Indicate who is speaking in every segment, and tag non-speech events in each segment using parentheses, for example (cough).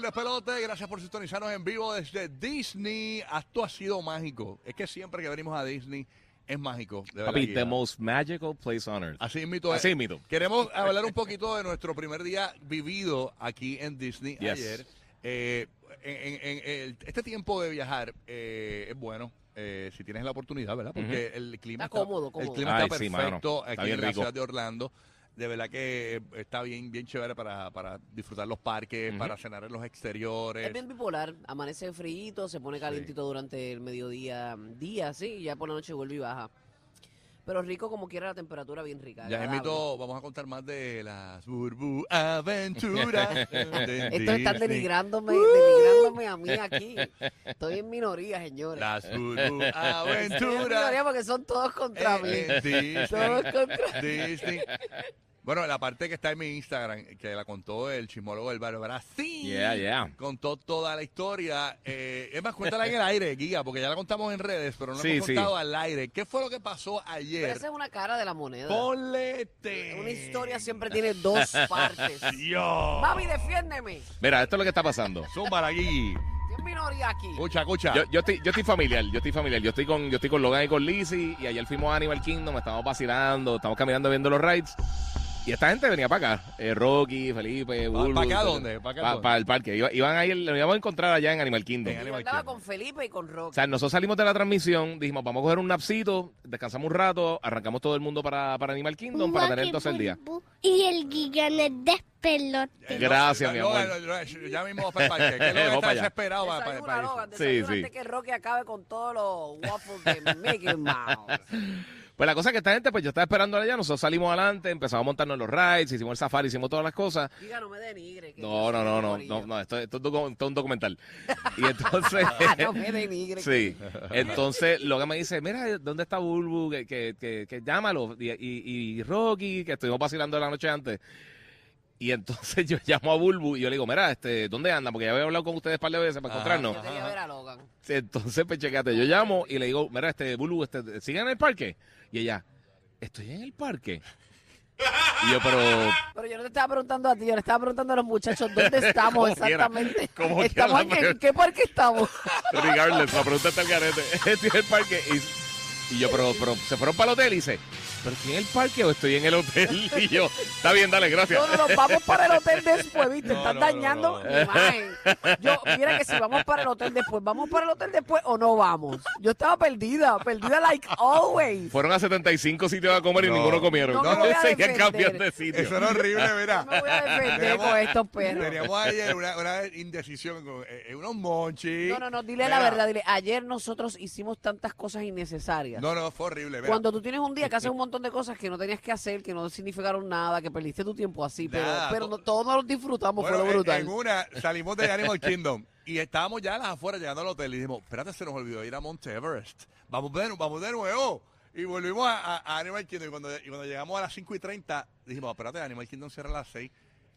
Speaker 1: despelote, gracias por sintonizarnos en vivo desde Disney. Esto ha sido mágico. Es que siempre que venimos a Disney es mágico. de verdad,
Speaker 2: Papi,
Speaker 1: Giga.
Speaker 2: the most magical place on earth.
Speaker 1: Así mito
Speaker 2: Así mismo.
Speaker 1: Queremos hablar un poquito de nuestro primer día vivido aquí en Disney
Speaker 2: Yes.
Speaker 1: ayer. Eh, en- en- en el- este tiempo de viajar eh, es bueno. eh, si tienes la oportunidad, ¿verdad? Porque el clima
Speaker 3: Está cómodo, cómodo.
Speaker 1: El clima está
Speaker 2: Ay, sí, mano.
Speaker 1: perfecto
Speaker 2: Está
Speaker 1: aquí
Speaker 2: bien
Speaker 1: en la
Speaker 2: rico.
Speaker 1: ciudad de Orlando. De verdad que eh, está bien, bien chévere para, para disfrutar los parques, para cenar en los exteriores.
Speaker 3: Es bien bipolar, amanece frío, se pone calientito durante el mediodía, día, sí, y ya por la noche vuelve y baja. Pero rico como quiera, la temperatura bien rica.
Speaker 1: Ya
Speaker 3: agradable.
Speaker 1: Gemito, vamos a contar más de las Burbu
Speaker 2: (laughs)
Speaker 1: Aventuras. de
Speaker 3: Esto están
Speaker 1: Disney.
Speaker 3: denigrándome, denigrándome a mí aquí. Estoy en minoría, señores. (laughs)
Speaker 1: Las Burbu
Speaker 3: Estoy en minoría
Speaker 1: Aventuras.
Speaker 3: porque son todos contra mí.
Speaker 1: en Eh, (laughs)
Speaker 3: Todos
Speaker 1: Disney.
Speaker 3: contra
Speaker 1: Disney. Bueno, la parte que está en mi Instagram, que la contó el chismólogo del barrio Brasil.
Speaker 2: Yeah, yeah.
Speaker 1: Contó toda la historia. Eh, es más, cuéntala en el aire, Giga, porque ya la contamos en redes, pero no la
Speaker 2: Sí,
Speaker 1: hemos
Speaker 2: sí.
Speaker 1: contado al aire. ¿Qué fue lo que pasó
Speaker 3: Pero
Speaker 1: ayer?
Speaker 3: esa es una cara de la moneda.
Speaker 1: Ponle
Speaker 3: Una historia siempre
Speaker 1: (laughs)
Speaker 3: tiene dos partes.
Speaker 1: Dios.
Speaker 3: Mami, defiéndeme.
Speaker 2: Mira, esto es lo que está pasando.
Speaker 1: Zúmbala, Gigi.
Speaker 3: Estoy en minoría aquí.
Speaker 1: Escucha, escucha.
Speaker 2: Yo, yo estoy, yo estoy familiar, yo estoy familiar. Yo estoy con, yo estoy con Logan y con Lizzie. Y ayer fuimos a Animal Kingdom, estamos vacilando, estamos caminando viendo los rides. Y esta gente venía para acá. Eh, Rocky, Felipe, Bulbul.
Speaker 1: pa' acá dónde? ¿Pa' acá
Speaker 2: Para
Speaker 1: dónde?
Speaker 2: el parque. Iba- iban a ir, lo íbamos a encontrar allá en Animal Kingdom.
Speaker 1: En
Speaker 3: Yo
Speaker 1: Animal
Speaker 3: andaba
Speaker 1: Kingdom.
Speaker 3: con Felipe y con
Speaker 2: O
Speaker 3: Rocky.
Speaker 2: sea, nosotros salimos de la transmisión, dijimos, vamos a coger un napsito, descansamos un rato, arrancamos todo el mundo para, para Animal Kingdom para tener entonces el día.
Speaker 4: Y el gigante despelote.
Speaker 1: Eh,
Speaker 2: Gracias,
Speaker 1: no,
Speaker 2: mi
Speaker 1: no,
Speaker 2: amor.
Speaker 1: no, no, no, ya mismo vamos para el parque.
Speaker 2: (laughs)
Speaker 1: Que Logan
Speaker 2: Vamos
Speaker 1: está
Speaker 2: para allá.
Speaker 1: desesperado para, para,
Speaker 3: Desayuna,
Speaker 1: para irse.
Speaker 3: Logan,
Speaker 2: Sí,
Speaker 3: desayuna
Speaker 2: sí.
Speaker 3: antes que Rocky acabe con todos los
Speaker 2: (laughs)
Speaker 3: waffles de Mickey Mouse.
Speaker 2: Pues la cosa es que esta gente, pues yo estaba esperando allá, nosotros salimos adelante, empezamos a montarnos en los rides, hicimos el safari, hicimos todas las cosas.
Speaker 3: Diga, no me denigre. que
Speaker 2: No,
Speaker 3: yo
Speaker 2: no,
Speaker 3: soy
Speaker 2: no,
Speaker 3: un
Speaker 2: no,
Speaker 3: corillo.
Speaker 2: no, no, esto, esto es docu- esto es un documental. Y entonces...
Speaker 3: Ah, no me denigre.
Speaker 2: Sí, entonces Logan me dice, mira, ¿dónde está Bulbu? Que, que, que- que llámalo. Y, y- y Rocky, que estuvimos vacilando la noche antes. Y entonces (laughs) yo llamo a Bulbu y yo le digo, mira, este, ¿dónde anda? Porque ya había hablado con ustedes un par de veces para
Speaker 1: Ajá.
Speaker 2: encontrarnos.
Speaker 3: Yo quería ver a Logan.
Speaker 2: Entonces, pues checate, yo llamo y le digo, mira, este, Bulbu, este, ¿sigan en el parque? Y ella, estoy en el parque. Y yo, pero,
Speaker 3: Pero yo no te estaba preguntando a ti, yo le estaba preguntando a los muchachos dónde
Speaker 2: (laughs)
Speaker 3: estamos
Speaker 2: Como quiera,
Speaker 3: exactamente.
Speaker 2: como quiera
Speaker 3: estamos
Speaker 2: la
Speaker 3: en qué-
Speaker 2: pregunta.
Speaker 3: qué parque
Speaker 2: (laughs)
Speaker 3: estamos.
Speaker 2: regardless, la pregunta está al garete. (laughs) Estoy en el parque. Y, y yo, pero, pero, se fueron para el hotel y dice, ¿pero estoy en el parque o estoy en el hotel? (laughs) Y yo, está bien, dale, gracias.
Speaker 3: No, no, nos vamos para el hotel después, ¿viste?
Speaker 1: No,
Speaker 3: Están
Speaker 1: no, no,
Speaker 3: dañando
Speaker 1: no.
Speaker 3: mi imagen. Yo, mira que si vamos para el hotel después, ¿vamos para el hotel después o no vamos? Yo estaba perdida, perdida like always.
Speaker 2: Fueron a 75 sitios a comer y
Speaker 1: No.
Speaker 2: ninguno comieron. (laughs)
Speaker 3: No me voy a
Speaker 2: Seguían cambiando de
Speaker 3: defender.
Speaker 2: sitio.
Speaker 1: Eso era horrible, mira.
Speaker 3: No me voy a defender con estos perros.
Speaker 1: Teníamos ayer una, una indecisión con eh, eh, unos monchis.
Speaker 3: No, no, no, dile
Speaker 1: Mira,
Speaker 3: la verdad, dile, ayer nosotros hicimos tantas cosas innecesarias.
Speaker 1: No, no, fue horrible. mira.
Speaker 3: Cuando tú tienes un día que haces un montón de cosas que no tenías que hacer, que no significaron nada, que perdiste tu tiempo así, pero,
Speaker 1: Nada,
Speaker 3: pero
Speaker 1: to-
Speaker 3: no- todos nos los disfrutamos,
Speaker 1: Bueno,
Speaker 3: fue lo
Speaker 1: en-
Speaker 3: brutal.
Speaker 1: En, una salimos de Animal Kingdom y estábamos ya a las afueras llegando al hotel y dijimos, espérate, se nos olvidó ir a Mount Everest. Vamos de, nu- vamos de nuevo. Y volvimos a, a- a Animal Kingdom y cuando, y cuando llegamos a las 5 y 30 dijimos, espérate, Animal Kingdom cierra a las 6.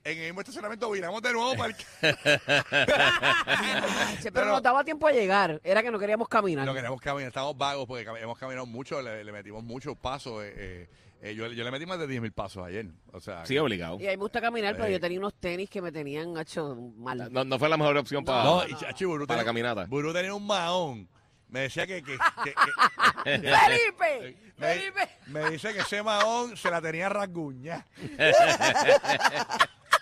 Speaker 1: En el mismo estacionamiento viramos de nuevo para el...
Speaker 3: Ay, che, pero
Speaker 1: No, no.
Speaker 3: nos daba tiempo a llegar, era que no queríamos caminar.
Speaker 1: No queremos caminar, estamos vagos porque cami- hemos caminado mucho, le, le metimos muchos pasos. eh, eh, eh, yo, yo le metí más de 10.000 pasos ayer. O sea,
Speaker 2: Sí, obligado.
Speaker 3: Y a mí me gusta caminar, pero
Speaker 1: Eh.
Speaker 3: yo tenía unos tenis que me tenían hecho mal.
Speaker 2: No, no fue la mejor opción para...
Speaker 1: no, y chachi, Burú
Speaker 2: Para la
Speaker 1: tenía-
Speaker 2: caminata.
Speaker 1: Burú tenía un mahón. Me decía que. que- que-
Speaker 3: (laughs)
Speaker 1: que-
Speaker 3: (laughs) ¡Felipe!
Speaker 1: me,
Speaker 3: ¡Felipe!
Speaker 1: me dice que ese mahón se la tenía rasguña.
Speaker 3: (laughs)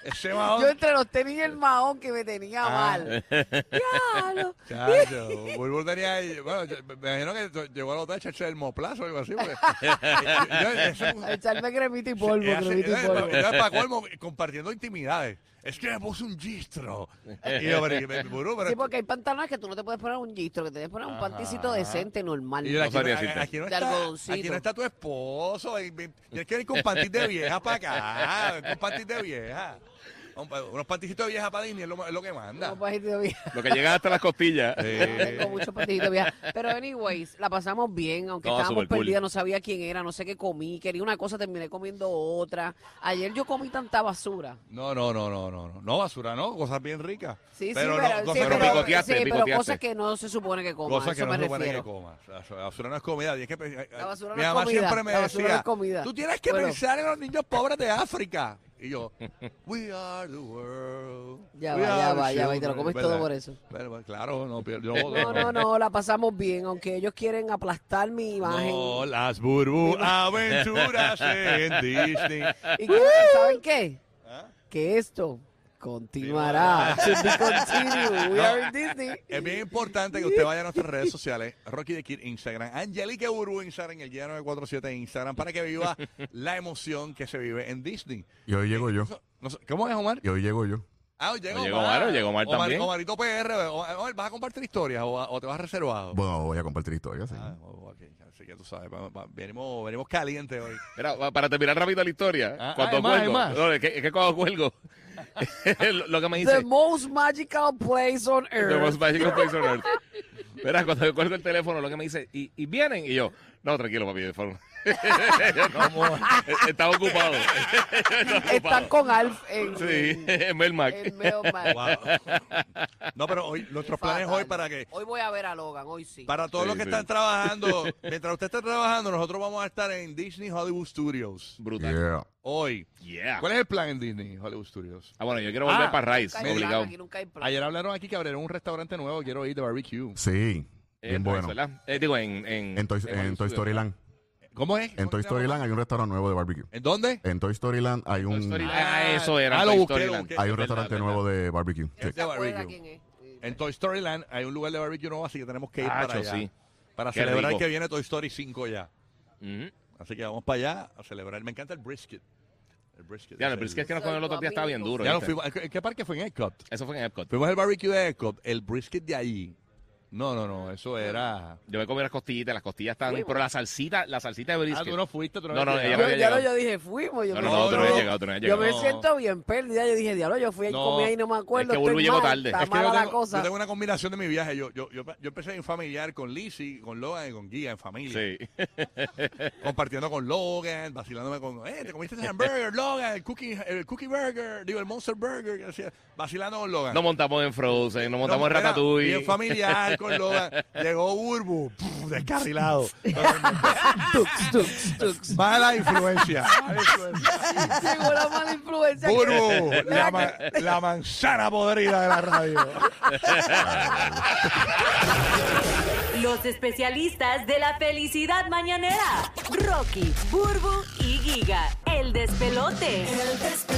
Speaker 1: ese mahón.
Speaker 3: Yo entre los tenis y el mahón que me
Speaker 1: Ah.
Speaker 3: tenía
Speaker 1: (laughs)
Speaker 3: mal. ¡Diablo!
Speaker 1: Chacho, Burbu tenía. Bueno, yo- me imagino que to- llegó a los tachos a echarse el moplazo o algo así. porque- yo- yo- eso-
Speaker 3: A echarme cremita y
Speaker 1: Eh,
Speaker 3: (laughs) polvo,
Speaker 1: hace-
Speaker 3: cremita
Speaker 1: eh,
Speaker 3: y polvo.
Speaker 1: pa- eh, pa' colmo, compartiendo intimidades. Es que me puse un gistro. Y yo, pero, pero, pero-
Speaker 3: Sí, porque hay pantalones que tú no te puedes poner un gistro, que te debes poner un
Speaker 1: Ajá.
Speaker 3: panticito decente, normal.
Speaker 1: Y yo,
Speaker 2: No
Speaker 1: aquí, no,
Speaker 2: sabría decirte.
Speaker 1: aquí no
Speaker 3: De
Speaker 1: está,
Speaker 3: algodoncito.
Speaker 1: aquí no está tu esposo. y- y- Tienes que venir con pantis de vieja para acá. ven Con pantis de vieja. Un- Unos pantisitos de vieja para Disney es lo, es lo que manda.
Speaker 3: No, pues, de vieja.
Speaker 2: Lo que llega hasta las
Speaker 1: (laughs)
Speaker 2: costillas.
Speaker 1: Eh,
Speaker 3: (laughs) Tengo muchos pantillitos de vieja. Pero anyways, la pasamos bien, aunque
Speaker 2: No,
Speaker 3: estábamos
Speaker 2: super cool.
Speaker 3: perdidas, no sabía quién era, no sé qué comí, quería una cosa, terminé comiendo otra. Ayer yo comí tanta basura.
Speaker 1: No, no, no, no, no, no. No, basura, no. Cosas bien ricas.
Speaker 3: Sí,
Speaker 1: Pero no,
Speaker 3: sí, pero, sí,
Speaker 1: cosas-
Speaker 2: pero
Speaker 3: pero,
Speaker 2: picoteaste,
Speaker 3: sí, pero
Speaker 2: picoteaste.
Speaker 3: cosas que no se supone que coman,
Speaker 1: Cosas que
Speaker 3: eso
Speaker 1: no
Speaker 3: me
Speaker 1: se supone que
Speaker 3: refiero.
Speaker 1: comas. La so- la basura no es comida. tienes que pe- eh,
Speaker 3: La basura
Speaker 1: Mi
Speaker 3: no es
Speaker 1: mamá
Speaker 3: comida,
Speaker 1: siempre me
Speaker 3: la basura no
Speaker 1: decía,
Speaker 3: es comida.
Speaker 1: tú tienes que
Speaker 3: Bueno.
Speaker 1: pensar en los niños pobres de África. Y Y yo, we are the world.
Speaker 3: Ya
Speaker 1: we
Speaker 3: va, ya
Speaker 1: are the
Speaker 3: va, ya va. Y te lo
Speaker 1: children.
Speaker 3: comes
Speaker 1: ¿Verdad?
Speaker 3: todo por eso.
Speaker 1: Pero, bueno, pues, claro, no pierdo.
Speaker 3: No, no, no, la pasamos bien, aunque ellos quieren aplastar mi imagen.
Speaker 1: No, las burbu aventuras en Disney.
Speaker 3: ¿Y que- saben qué?
Speaker 1: ¿Ah?
Speaker 3: Que esto continuará. Should be (laughs) continued. We are in Disney.
Speaker 1: Es bien importante que usted vaya a nuestras redes sociales, Rocky de Kid Instagram, Angelique Burbu Instagram, el guía 947 Instagram, para que viva la emoción que se vive en Disney.
Speaker 5: Y hoy llego yo.
Speaker 1: Eso- no sé- ¿Cómo es, Omar?
Speaker 5: Y hoy llego yo.
Speaker 1: Ah, hoy llegó
Speaker 2: Hoy llegó Omar, hoy llegó Omar también.
Speaker 1: Omarito PR. Omar, Omar, ¿vas a compartir historias o, o te vas reservado?
Speaker 5: Bueno, voy a compartir historias. sí.
Speaker 1: Ah, oh, ok, así que tú sabes, va- va- venimos, venimos calientes hoy.
Speaker 2: Mira, pa- para terminar rápido la historia,
Speaker 1: Ah,
Speaker 2: cuando
Speaker 1: hay más,
Speaker 2: cuelgo,
Speaker 1: hay más.
Speaker 2: no, es, que, es que cuando cuelgo, (laughs) lo, lo que me dice,
Speaker 3: The most magical place on
Speaker 2: The most
Speaker 3: earth.
Speaker 2: magical place on earth. Mira, cuando yo cuelgo el teléfono, lo que me dice, y, y vienen, y yo, no, tranquilo, papi, de forma. (laughs) Está ocupado. (laughs)
Speaker 3: Están con Alf en,
Speaker 2: Sí, (laughs)
Speaker 3: en,
Speaker 2: en Melmac.
Speaker 3: en Meo Mac.
Speaker 1: Wow. No, pero hoy, nuestros planes hoy
Speaker 3: Fatal.
Speaker 1: para que
Speaker 3: Hoy voy a ver a Logan, hoy sí.
Speaker 1: Para todos
Speaker 2: Sí,
Speaker 1: los que
Speaker 2: sí.
Speaker 1: están trabajando, mientras usted está trabajando, nosotros vamos a estar en Disney Hollywood Studios
Speaker 2: Brutal.
Speaker 5: Yeah.
Speaker 1: hoy.
Speaker 2: Yeah.
Speaker 1: Ah. ¿Cuál es el plan en Disney Hollywood Studios?
Speaker 2: Ah, bueno, yo quiero volver
Speaker 1: Ah,
Speaker 2: para Rice,
Speaker 3: Nunca hay plan,
Speaker 2: obligado.
Speaker 3: aquí nunca hay plan.
Speaker 1: Ayer hablaron aquí que abrieron un restaurante nuevo, quiero ir de barbecue.
Speaker 5: Sí.
Speaker 2: Eh,
Speaker 5: Bien
Speaker 2: en
Speaker 5: bueno.
Speaker 2: Rice, ¿verdad? Eh, digo, en... En,
Speaker 5: En Toy,
Speaker 2: en
Speaker 5: en Toy
Speaker 2: Hollywood
Speaker 5: Story
Speaker 2: Studios.
Speaker 5: Land.
Speaker 1: ¿Cómo es?
Speaker 5: En Toy Story Land hay un restaurante nuevo de barbecue.
Speaker 1: ¿En dónde?
Speaker 5: En Toy Story Land hay
Speaker 2: Toy
Speaker 5: un,
Speaker 2: Story Land. Ah, eso era.
Speaker 1: Ah, lo
Speaker 2: Toy
Speaker 1: busqué,
Speaker 2: Story
Speaker 1: lo
Speaker 2: Land.
Speaker 1: busqué.
Speaker 5: hay un
Speaker 2: Verdad,
Speaker 5: restaurante
Speaker 2: verdad.
Speaker 5: nueva de barbecue.
Speaker 3: Pero
Speaker 5: Sí.
Speaker 3: se acuerda
Speaker 1: barbecue.
Speaker 3: quién es.
Speaker 1: En Toy Story Land hay un lugar de barbecue nuevo, así que tenemos que ir
Speaker 2: Ah,
Speaker 1: para
Speaker 2: cho,
Speaker 1: allá.
Speaker 2: sí.
Speaker 1: Para
Speaker 2: Qué
Speaker 1: celebrar
Speaker 2: rico. Mm-hmm.
Speaker 1: que viene Toy Story 5 ya.
Speaker 2: Ujú.
Speaker 1: Así que vamos para allá a celebrar. Me encanta el brisket. El brisket.
Speaker 2: Ya,
Speaker 1: es
Speaker 2: el brisket que nos comieron el otro día estaba bien duro.
Speaker 1: Ya nos
Speaker 2: ¿viste?
Speaker 1: fuimos. ¿En qué parque fue? En Epcot.
Speaker 2: Eso fue en Epcot.
Speaker 1: Fuimos al barbecue de Epcot, el brisket de allí. No, no, no, eso era.
Speaker 2: Yo me comí las costillitas, las costillas están...
Speaker 3: Fuimos.
Speaker 2: Pero la salsita, la salsita de brisket.
Speaker 1: Ah, tú no fuiste, tú no
Speaker 2: No,
Speaker 1: habías llegado.
Speaker 2: no, ella
Speaker 3: Yo,
Speaker 2: había
Speaker 3: ya lo,
Speaker 2: llegado.
Speaker 3: yo dije, fuimos. Yo
Speaker 2: No,
Speaker 3: me
Speaker 2: no,
Speaker 1: no, tú no habías
Speaker 2: llegado, tú no habías
Speaker 3: Yo me
Speaker 1: llegado.
Speaker 3: siento bien perdida. Yo dije, diablo, yo fui a
Speaker 1: No,
Speaker 3: comí ahí, no me acuerdo.
Speaker 2: es que Bulbu
Speaker 3: estoy
Speaker 2: llegó
Speaker 3: mal,
Speaker 2: tarde.
Speaker 1: Es
Speaker 3: Está
Speaker 1: que yo
Speaker 3: mala la
Speaker 1: tengo, yo
Speaker 3: cosa. (laughs)
Speaker 1: tengo una combinación de mi viaje. Yo, yo, yo, yo empecé en familiar con Lizzie, con Logan y con Guía en familia.
Speaker 2: Sí. (laughs)
Speaker 1: Compartiendo con Logan, vacilándome con. ¡Eh, te comiste ese hamburger, Logan! El cookie, el cookie burger, digo, el monster burger. que decía, vacilando con Logan.
Speaker 2: No montamos en Frozen, no montamos en
Speaker 1: Era
Speaker 2: Ratatouille.
Speaker 1: Bien familiar con Logan. Llegó Burbu, puf,
Speaker 2: (laughs)
Speaker 1: descarrilado.
Speaker 3: Tux, tux, tux.
Speaker 1: Mala influencia. Mala influencia.
Speaker 3: Llegó la mala influencia.
Speaker 1: Burbu, (laughs) la, ma- la manzana podrida de la radio.
Speaker 6: Los especialistas de la felicidad mañanera. Rocky, Burbu y Giga. El despelote. El despelote.